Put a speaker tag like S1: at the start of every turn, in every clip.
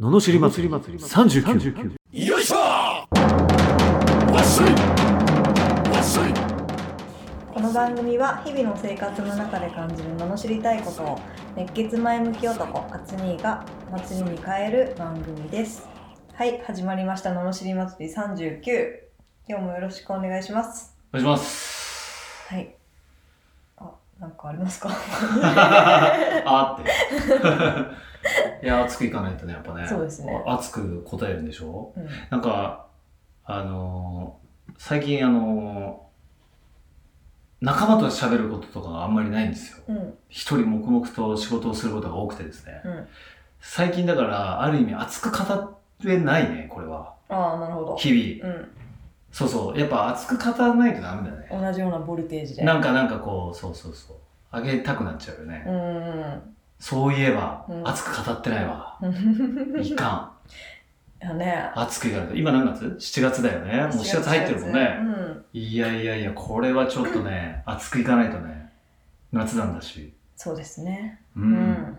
S1: ののしり祭り39
S2: よいしょわっしょいわっしょい
S3: この番組は日々の生活の中で感じる罵りたいことを熱血前向き男アツニーが祭りに変える番組ですはい始まりました罵り祭り39今日もよろしくお願いします
S2: お願いします
S3: はいあなんかありますか
S2: あーって いや熱くいかないとねやっぱね
S3: そうですね
S2: 熱く答えるんでしょ
S3: うん
S2: なんかあのー最近あのー仲間と喋ることとかがあんまりないんですよ
S3: うん
S2: 一人黙々と仕事をすることが多くてですね、
S3: うん
S2: 最近だからある意味熱く語ってないねこれは
S3: ああなるほど
S2: 日々
S3: うん
S2: そうそうやっぱ熱く語らないとダメだね
S3: 同じようなボルテージで
S2: なんかなんかこうそうそうそうあげたくなっちゃうよね、
S3: うーん
S2: そういえば、
S3: うん
S2: 熱く語ってない わい
S3: い
S2: か
S3: やね
S2: ん熱く言われた今何月 ?7 月だよねもう7月入ってるもんね、
S3: うん
S2: いやいやいやこれはちょっとね熱くいかないとね夏なんだし
S3: そうですね
S2: う、
S3: うんん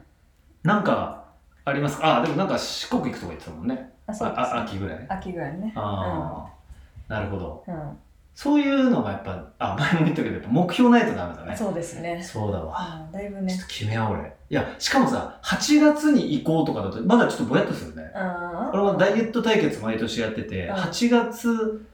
S2: なんかありますかあでもなんか四国行くとか言ってたもんね
S3: あそう
S2: あ
S3: です
S2: あ
S3: ね
S2: 秋ぐらい
S3: 秋ぐらいね
S2: ああ、なるほど
S3: うん
S2: そういうのがやっぱあ前も言ったけどやっぱ目標ないとダメだね
S3: そうですね
S2: そうだわ
S3: あだいぶ
S2: ちょっ
S3: ね
S2: と決めよう俺いやしかもさ8月に行こうとかだとまだちょっとぼやっとするね
S3: あ
S2: 俺はダイエット対決毎年やってて
S3: うん
S2: 8月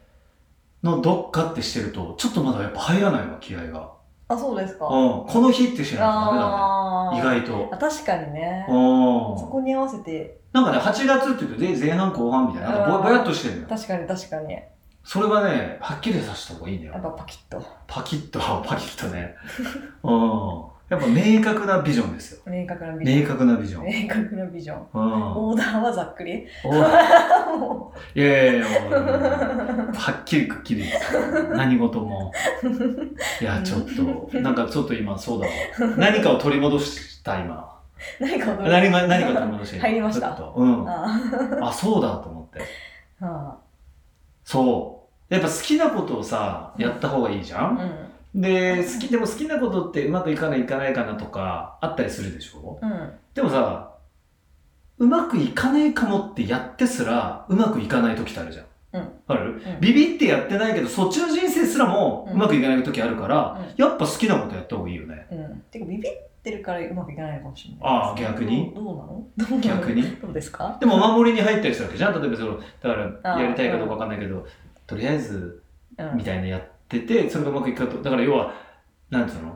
S2: のどっかってしてるとちょっとまだやっぱ入らないわ気合が
S3: あそうですか
S2: うんこの日ってしないとダメだ
S3: あー
S2: ね意外と
S3: あ確かにねそ
S2: うん
S3: こに合わせて
S2: なんかね8月って言うとで前半後半みたいななんかぼぼやっとしてるのよ
S3: 確かに確かにや
S2: それはねはっきりさせた方がいいんだよ
S3: っぱパキッと
S2: パキッと、パキッとね。うん。やっぱ明確なビジョンですよ。
S3: 明確なビジョン
S2: 明確なビジョン。うん。
S3: 明確なビジョン
S2: お
S3: オーダーはざっくりも
S2: いやいやいや、もう
S3: う
S2: はっきりくっきりです。何事 も。いや、ちょっと、なんかちょっと今、そうだわ。何かを取り戻した、今。
S3: 何かを
S2: 何が何かを取り戻した。
S3: 入りました
S2: ちょっとうん。
S3: あ
S2: あ、そうだと思って。
S3: ーあ
S2: そう。やっぱ好きなことをさ、やった方がいいじゃ
S3: ー
S2: ん、で、好き、でも好きなことってうまくいかないいかないかなとか、あったりするでしょ
S3: うんうん
S2: でもさ、うまくいかないかもってやってすら、うまくいかない時ってあるじゃん。
S3: うん
S2: ある
S3: うん
S2: ビビってやってないけど、そっちの人生すらも
S3: うん
S2: うまくいかない時あるから、
S3: うん
S2: やっぱ好きなことやった方がいいよね。
S3: うんてかビビってるからうまくいかないのかもしれない
S2: あー逆に
S3: どうどうなのどうなの
S2: 逆に。
S3: どうですか
S2: でも、お守りに入ったりするわけじゃん。例えばその、だか
S3: あ
S2: ら、
S3: ー
S2: やりたいかどうかわかんないけど、とりあえず、
S3: うん
S2: みたいなやってて、それがうまくいくかと。だから、要は、なんつうの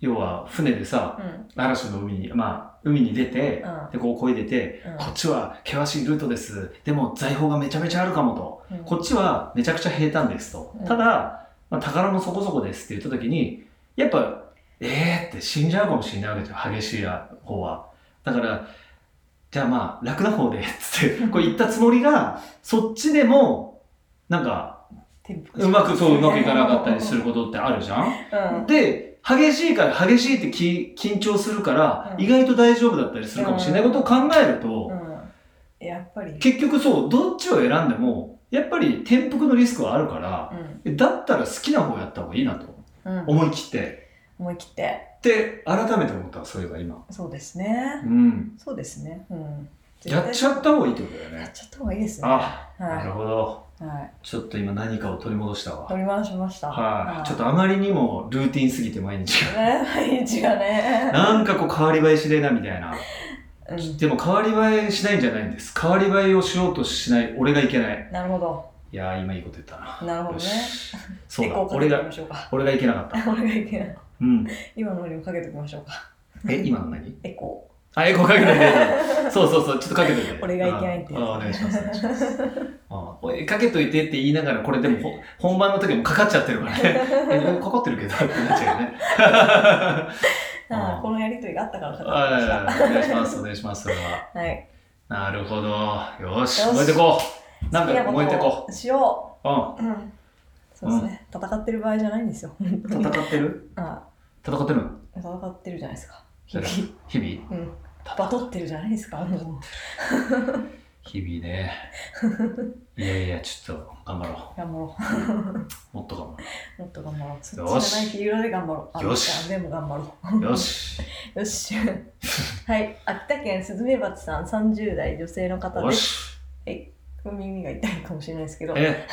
S2: 要は、船でさ、
S3: うん
S2: 嵐の海に、まあ、海に出て、で、こう漕いでて、
S3: うん
S2: こっちは険しいルートです。でも財宝がめちゃめちゃあるかもと。
S3: うん
S2: こっちはめちゃくちゃ平坦ですと
S3: う。ん
S2: ただ、まあ、宝もそこそこですって言った時に、やっぱ、えーって死んじゃうかもしれないわけですよ。激しい方は。だから、じゃあまあ楽な方で、つ って、これ言ったつもりが、そっちでも、なんか、
S3: 転覆し
S2: うまく、そう、うまくいかなかったりすることってあるじゃん
S3: うん
S2: で、激しいから激しいってき緊張するから、
S3: うん
S2: 意外と大丈夫だったりするかもしれないことを考えると、
S3: うんやっぱり
S2: 結局そう、どっちを選んでも、やっぱり転覆のリスクはあるから、
S3: うん
S2: だったら好きな方やった方がいいなと
S3: うん
S2: 思い切って。
S3: 思い切って
S2: って、改めて思ったわ、それが今。
S3: そうですね
S2: うん。
S3: そうですねうん
S2: やっちゃった方がいいってことだよ
S3: やっ
S2: ね。
S3: ちゃった方がいいですね
S2: あ、なる
S3: は
S2: ほど。
S3: いはい
S2: ちょっと今何かを取り戻したわ。
S3: 取り回しました
S2: はい。ちょっとあまりにもルーティンすぎて毎日が。
S3: ね 毎日がね
S2: なんかこう変わり映えしねえなみたいな。
S3: うん
S2: でも変わり映えしないんじゃないんです。変わり映えをしようとしない俺がいけない。
S3: なるほど
S2: いやー、今いいこと言ったな。
S3: なるほ
S2: よ
S3: どね
S2: し。そう
S3: エ
S2: だ、
S3: コーか
S2: 俺
S3: けておき
S2: が、
S3: ましょうか
S2: 俺がいけなかった。
S3: 俺がいけない
S2: うん。
S3: 今のにもかけておきましょうか
S2: え、今の何
S3: エコ
S2: あ、エコーかけてね。そうそうそう、ちょっとかけてね。
S3: 俺がいけないってやつ
S2: ああお願いします。お願いします。あおいかけといてって言いながら、これでも ほ本番の時もかかっちゃってるからね。 えかかってるけどってなっちゃうよね。
S3: ーあーこ
S2: あ
S3: のやりとりがあったから
S2: あ
S3: かかってま
S2: お願い
S3: し
S2: します、お願いします、それは。
S3: たはい
S2: なるほど。よし、
S3: よし
S2: 燃えてこう。なん
S3: 好き
S2: か
S3: ことを
S2: 燃えてこ
S3: しよ
S2: う。うん。
S3: ううんそうですね戦ってる場合じゃないんですよ本 当に
S2: 戦ってる
S3: あ
S2: 戦ってるの
S3: 戦ってるじ ゃないですか日
S2: 日々
S3: 々うんバトってるじゃないですかもう
S2: 日々 ねいやいやちょっと頑張ろ
S3: 頑張ろ
S2: うもっと頑
S3: う。もっと頑張ろう。そ
S2: よし
S3: っちじゃないヒーローで頑張ろう。あ
S2: よし
S3: でも頑張ろ
S2: 張ろうよし
S3: う。よし。 はい。秋田県スズメバチさん、30代女性の方
S2: よ
S3: です。
S2: し
S3: 耳が痛いかもしれないですけど、
S2: え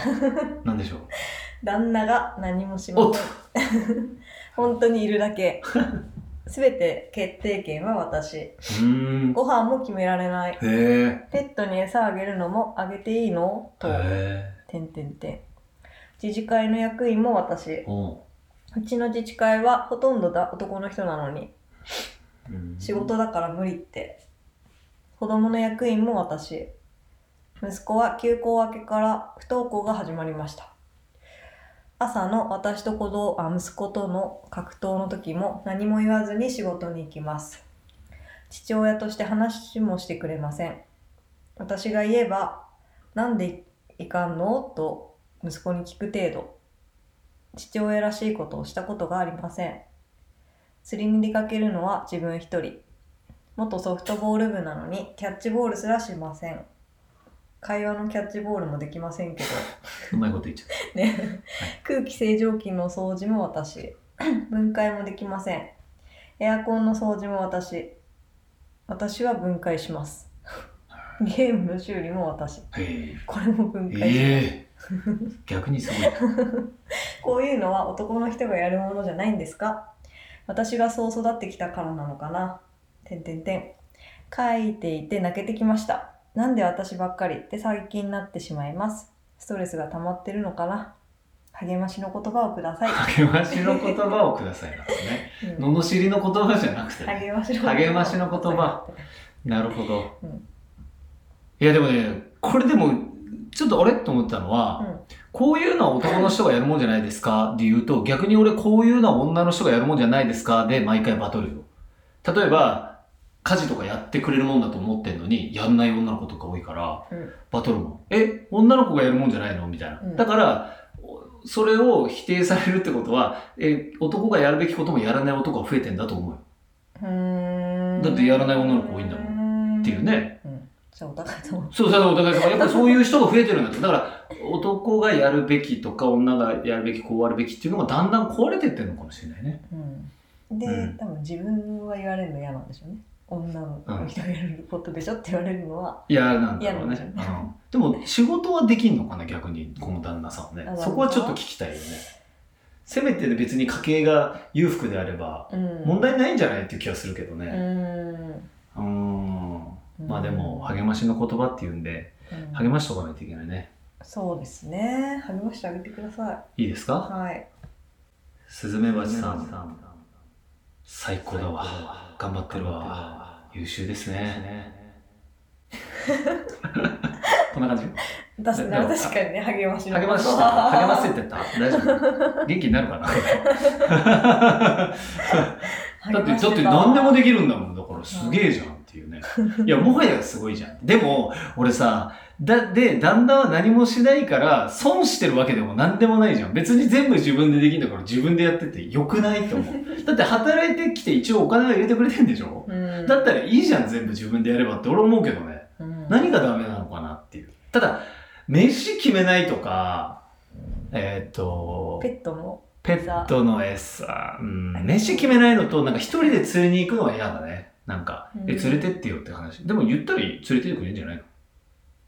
S2: なんでしょう
S3: 旦那が何もし
S2: お
S3: ま
S2: っ
S3: せん。本当にいる だけ。すべて決定権は私。
S2: うーん
S3: ご飯も決められない。
S2: へえ
S3: ペットに餌あげるのもあげていいのと、
S2: へ
S3: てんてんてん。自治会の役員も私
S2: え。お
S3: うちの自治会はほとんどだ男の人なのに、
S2: ううん
S3: 仕事だから無理って。子供の役員も私。息子は休校明けから不登校が始まりました。朝の私と子供あ息子との格闘の時も何も言わずに仕事に行きます。父親として話もしてくれません。私が言えば、なんでいかんのと息子に聞く程度。父親らしいことをしたことがありません。釣りに出かけるのは自分一人。元ソフトボール部なのにキャッチボールすらしません。会話のキャッチボールもできませんけど。
S2: うまいこと言っちゃった
S3: ね、空気清浄機の掃除も私 分解もできませんエアコンの掃除も私私は分解しますゲームの修理も私
S2: へ
S3: これも分
S2: え
S3: 解します、
S2: ええ逆にすごい
S3: こういうのは男の人がやるものじゃないんですか私がそう育ってきたからなのかなてんてんてん書いていて泣けてきましたなんで私ばっかりって最近になってしまいますストレスが溜まってるのかな励ましの言葉をくだ さい、
S2: 励ましの言葉をくださいなんですね。
S3: うん
S2: 罵りの言葉じゃなくて、ね。
S3: 励ましの
S2: 励ましの言葉なるほど。
S3: うん
S2: いやでもね、これでも、ちょっとあれと思ったのは、
S3: うん
S2: こういうのは男の人がやるもんじゃないですかで言うと、逆に俺こういうのは女の人がやるもんじゃないですかで毎回バトルよ。例えば、家事とかやってくれるもんだと思ってんのに、やんない女の子とか多いから、
S3: うん
S2: バトルも。え、女の子がやるもんじゃないのみたいな。
S3: うん
S2: だから、おそれを否定されるってことは、え、男がやるべきこともやらない男が増えてんだと思うよ。
S3: うーん
S2: だってやらない女の子多いんだも
S3: ん
S2: っていうね。
S3: じゃあお互いとも
S2: そうそう、お互い様。やっぱりそういう人が増えてるんだと。だから、男がやるべきとか、女がやるべき、こうあるべきっていうのがだんだん壊れてってるのかもしれないね。
S3: で、
S2: うん
S3: 多分自分は言われるの嫌なんでしょうね女の人がやることでしょって言われるのは、
S2: いや、なんだろう
S3: いや
S2: ね。うん、でも、仕事はできんのかな、逆に、この旦那さんは
S3: あなる
S2: ね。
S3: ほど
S2: そこはちょっと聞きたいよね。せめて別に家計が裕福であれば、
S3: うん
S2: 問題ないんじゃないっていう気がするけど
S3: う
S2: ね。
S3: ー
S2: うーん。
S3: ん
S2: まあでも、励ましの言葉っていうんで、
S3: うん
S2: 励ましておかないといけないね。
S3: そうですね励ましてあげてくださ
S2: いいです
S3: い
S2: か
S3: はい
S2: スズメバチさ
S1: さ
S2: ん、
S1: ん
S2: 最高
S1: これ
S2: だ
S1: は
S2: わ。頑
S1: 頑
S2: 張
S1: 張
S2: っ
S1: ってて
S2: る
S1: る
S2: わ。
S1: わ
S2: 優秀です
S1: ね
S2: ね。こんな感じ。
S3: 私な確かにね励まし の
S2: 励ました。 励ま せてた。大丈夫。元気になる かな。だって、だって何でもできるんだもん。だからすげえじゃんっていう ね。いや、もはやすごいじゃん。でも、俺さ、だ、で、旦那は何もしないから、損してるわけでも何でもないじゃん。別に全部自分でできるんだから自分でやってて良くないと思 う。だって働いてきて一応お金は入れてくれてんでしょ
S3: うん
S2: だったらいいじゃん、全部自分でやればって俺思うけどね。
S3: うん
S2: 何がダメなのかなっていう。ただ、飯決めないとか、えーっ、と
S3: ペ、ットの
S2: ペットの餌、うん、飯決めないのと、なんか一人で釣りに行くのは嫌だね。なんか、え、
S3: うん
S2: 連れてってよって話。でも言ったら連れてってくれるんじゃないの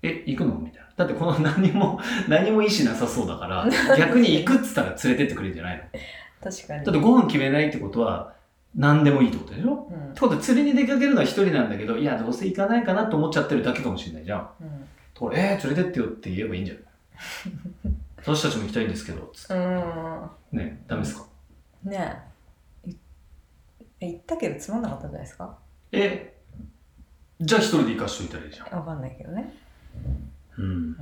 S2: え、行くのみたいな。だってこの 何も、何も意思なさそうだ から、逆に行くっつったら連れてってくれるんじゃないの
S3: 確かに
S2: だってご飯決めないってことは、何でもいいってことでしょ
S3: うん
S2: ってことは釣りに出かけるのは一人なんだけど、いや、どうせ行かないかなと思っちゃってるだけかもしれないじゃん。
S3: うん
S2: ところえー、連れてってよって言えばいいん じゃない私たちも行きたいんですけど、つって
S3: うん
S2: ね、ダメですか
S3: ねえいえ行ったけどつまんなかったんじゃないですか
S2: え、じゃあ一人で行かしといたらいいじゃん。
S3: わかんないけどね、
S2: うん。
S3: うん、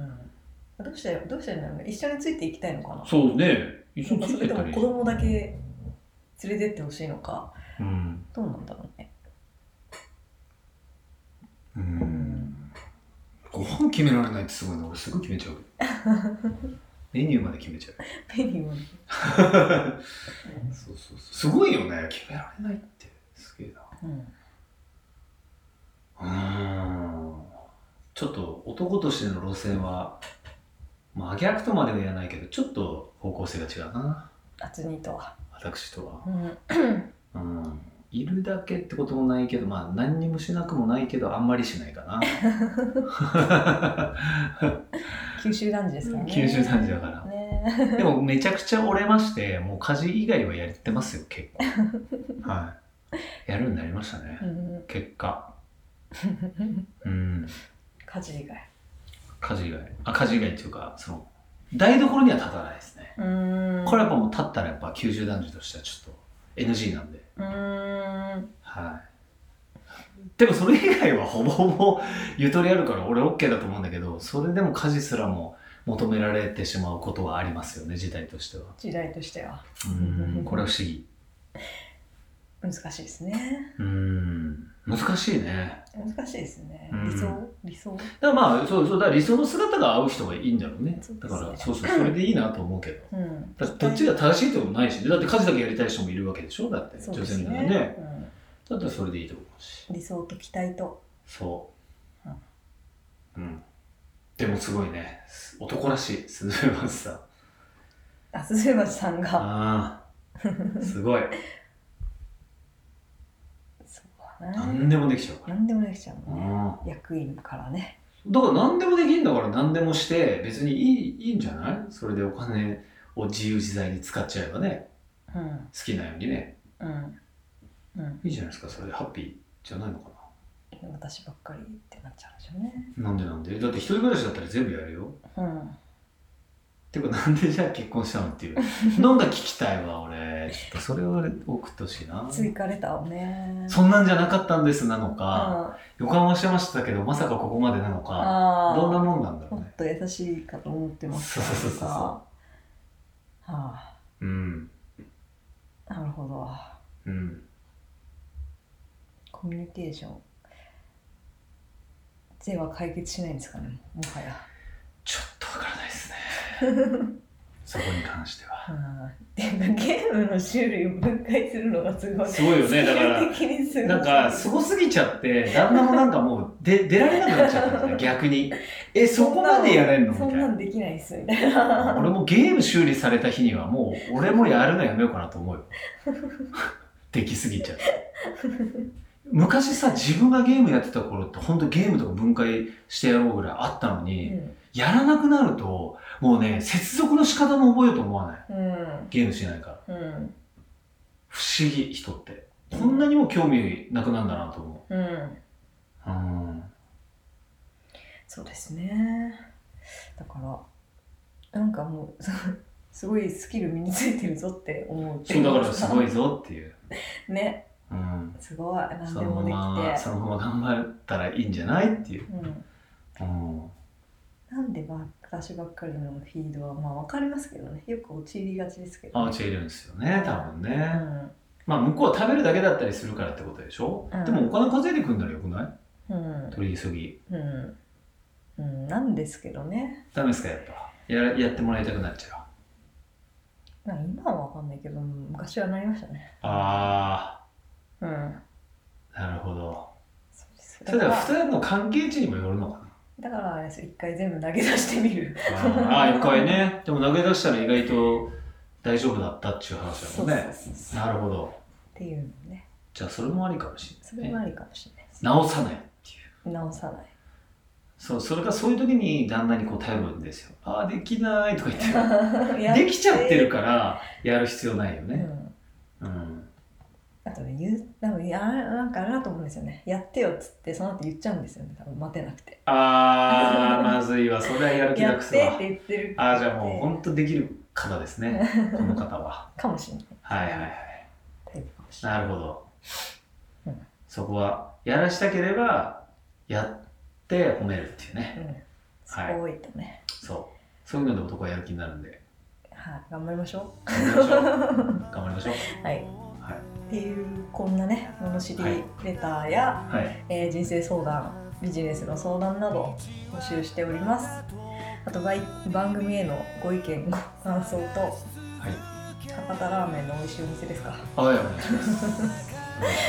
S3: どうしてどうしてなの一緒についていきたいのかな
S2: そうね、一緒
S3: なん
S2: に
S3: か
S2: つ
S3: そ
S2: いて
S3: れ
S2: っ
S3: と
S2: たらい
S3: も
S2: い
S3: 子
S2: じゃん。
S3: 供だけ連れてってほしいのか
S2: うん。
S3: どうなんだろうね
S2: う。
S3: うんん
S2: ご飯決められないってすごいな、俺すぐ決め ちゃう。メニューまで決めちゃう。
S3: メニューも
S2: そうそうそう。すごいよね、決められないって。すげえな。
S3: うん
S2: うーん。ちょっと男としての路線は、まあ、真逆とまでは言わないけどちょっと方向性が違うな
S3: あつにとは。
S2: 私とは。
S3: うん。
S2: うんいるだけってこともないけどまあ何にもしなくもないけどあんまりしないかな
S3: 九州男児ですからね。
S2: 九州男児だから。
S3: ね
S2: でもめちゃくちゃ折れましてもう家事以外はやってますよ結構はいやるようになりましたね
S3: え。うん。
S2: 結果うん
S3: 家事以外。
S2: 家事以外あ家事以外っていうかその台所には立たないですね
S3: うーん。
S2: これはやっぱもう立ったらやっぱ九州男児としてはちょっと NG なんで
S3: うーん。
S2: はいでもそれ以外はほぼほぼゆとりあるから俺 OK だと思うんだけどそれでも家事すらも求められてしまうことはありますよね事態としては
S3: 時代としては
S2: うんこれは不思議
S3: 難しいですね。
S2: うーん難しいね。
S3: 難しいですね。
S2: うん
S3: 理想理想
S2: だからまあ、そうそう、だから理想の姿が合う人がいいんだろうね
S3: そう。で
S2: だ
S3: すね
S2: から、そうそう、それでいいなと思うけど。
S3: うん。
S2: だってどっちが正しいってこともないし、だって家事だけやりたい人もいるわけでしょだって、
S3: そう
S2: 女
S3: で
S2: 性
S3: す
S2: みたいな
S3: ね
S2: ね。だったらそれでいいと思うし
S3: う。ん。理想と期待と。
S2: そう
S3: うん。
S2: うん。でもすごいね。す男らしい、スズメバチさん。
S3: あ、鈴橋さんが。
S2: ああ。す ごい。
S3: そうだな。
S2: 何でもできちゃうから。
S3: 何でもできちゃう
S2: う
S3: もん
S2: ん
S3: ね。役員からね。
S2: だから何でもできるんだから何でもして別にいいいいんじゃないそれでお金を自由自在に使っちゃえばね
S3: うん。
S2: 好きなようにね
S3: うん。うん。
S2: いいじゃないですかそれでハッピーじゃないのか
S3: 私ばっかりってなっちゃうんでしょうね。
S2: ななんでなんでだって一人暮らしだったら全部やるよ
S3: うん。
S2: てかなんでじゃあ結婚したのって いうのが聞きたいわ俺ちょっとそれを送ってほしい な
S3: 追加レターをね。
S2: そんなんじゃなかったんですなの
S3: うん。
S2: か、
S3: あ
S2: 予感はしてましたけどまさかここまでなのか
S3: あー。
S2: どんなもんなんだろ
S3: も
S2: うね
S3: っと優しいかと思ってま
S2: そ
S3: す
S2: うそうそうそう
S3: はあ
S2: うん
S3: なるほど
S2: うん
S3: コミュニケーション税は解決しないんですかねもはや、
S2: ちょっとわからないですね そこに関して は
S3: はあ、でもゲームの種類を分解するのがす ごい
S2: すごいよねだから
S3: スキル的にすごい
S2: なんか、すごすぎちゃって、旦那もなんかもう出出られなくなっちゃったんですね、逆に。え、そこまでやれんのみた
S3: そ
S2: い
S3: んなん
S2: な。
S3: できないっすみたいな
S2: 俺もゲーム修理された日には、もう俺もやるのやめようかなと思うよ。 できすぎちゃって。昔さ、自分がゲームやってた頃って、本当ゲームとか分解してやろうぐらいあったの
S3: う
S2: に、
S3: ん、
S2: やらなくなると、もうね、接続の仕方も覚えようと思わない。
S3: うん
S2: ゲームしないから。
S3: うん
S2: 不思議、人って。こんなにも興味なくなるんだなと思
S3: うん
S2: う。うん。
S3: そうですねだからなんかもう すごいスキル身についてるぞって思うって
S2: そ
S3: いうう
S2: だか
S3: から
S2: すごいぞっていう、
S3: ね
S2: うん、
S3: すごい何
S2: そ
S3: で
S2: の
S3: もで
S2: まま
S3: きて
S2: そのまま頑張ったらいいんじゃないっていう、
S3: う
S2: う
S3: ん、
S2: ん、
S3: なんでば私ばっかりのフィードはまあわかりますけどねよく陥りがちですけど、
S2: あ
S3: ね、
S2: 陥るんですよね多分
S3: う
S2: ね
S3: ん
S2: まあ向こうは食べるだけだったりするからってことでしょ、
S3: うん
S2: でもお金稼いでくんならよくない
S3: うん
S2: 取り急ぎ
S3: うん、うん、なんですけどね
S2: ダメですかやっぱやらやってもらいたくなっちゃう
S3: まあ今はわかんないけど昔はなりましたね
S2: あ
S3: うん
S2: あなるほど
S3: そうです
S2: そ
S3: だか
S2: れでは
S3: ら
S2: 2人の関係値にもよるのかな
S3: だからあれですよ一回全部投げ出してみる
S2: ああ一回ねでも投げ出したら意外と大丈夫だったっていう話だもんね
S3: そうそう
S2: なるほど
S3: っていうのね
S2: じゃあそれもありかもし
S3: そ
S2: れな
S3: れ
S2: い
S3: も
S2: ね
S3: ありかもしれないですね
S2: 直さないっていう
S3: 直さない
S2: そう、それがそういう時に旦那にこう頼るんですよ。ああ、できないとか言
S3: や
S2: って。できちゃってるから、やる必要ないよ
S3: う
S2: ね。
S3: ん
S2: うん。
S3: あとね、言う、多分やなんかあれだと思うんですよね。やってよっつって、その後言っちゃうんですよね。多分待てなくて。
S2: ああ、まずいわ。それはやる気
S3: や
S2: な
S3: っ
S2: く
S3: てっ
S2: す
S3: て
S2: わ。
S3: 言ってる
S2: ああ、じゃあもう本当できる方ですね。この方 は。
S3: かもしれない。
S2: はいはいはい。
S3: タイプかもしれない。
S2: なるほど
S3: うん。
S2: そこは、やらしたければ、やって褒めるっていうね。
S3: うん。そ
S2: はい
S3: こ多いとね。
S2: そう。そういうので男はやる気になるんで。
S3: はい、頑張りましょ
S2: 頑張りましょう。 頑張りましょう。
S3: う。はい。
S2: はい。
S3: っていう、こんなね、罵
S2: はい
S3: りレターや、
S2: はい。
S3: えー人生相談、ビジネスの相談など募集しております。あと、ばい番組へのご意見、ご感想と、
S2: はい。
S3: 博多ラーメンの美味しいお店ですか。
S2: はい、お願いします。お願いしま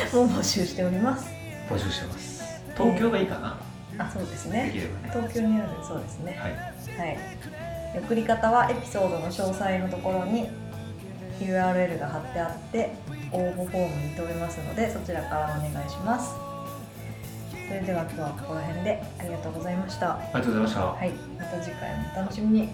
S2: す
S3: も募集しております。
S2: 募集してます東京がいいかな、
S3: あそうです
S2: で
S3: ね
S2: きればね。
S3: 東京にあるそうですね
S2: はい。
S3: はい送り方はエピソードの詳細のところに URL が貼ってあって応募フォームに飛べますのでそちらからお願いしますそれでは今日はここら辺でありがとうございました
S2: ありがとうございました。
S3: はいまた次回もお楽しみに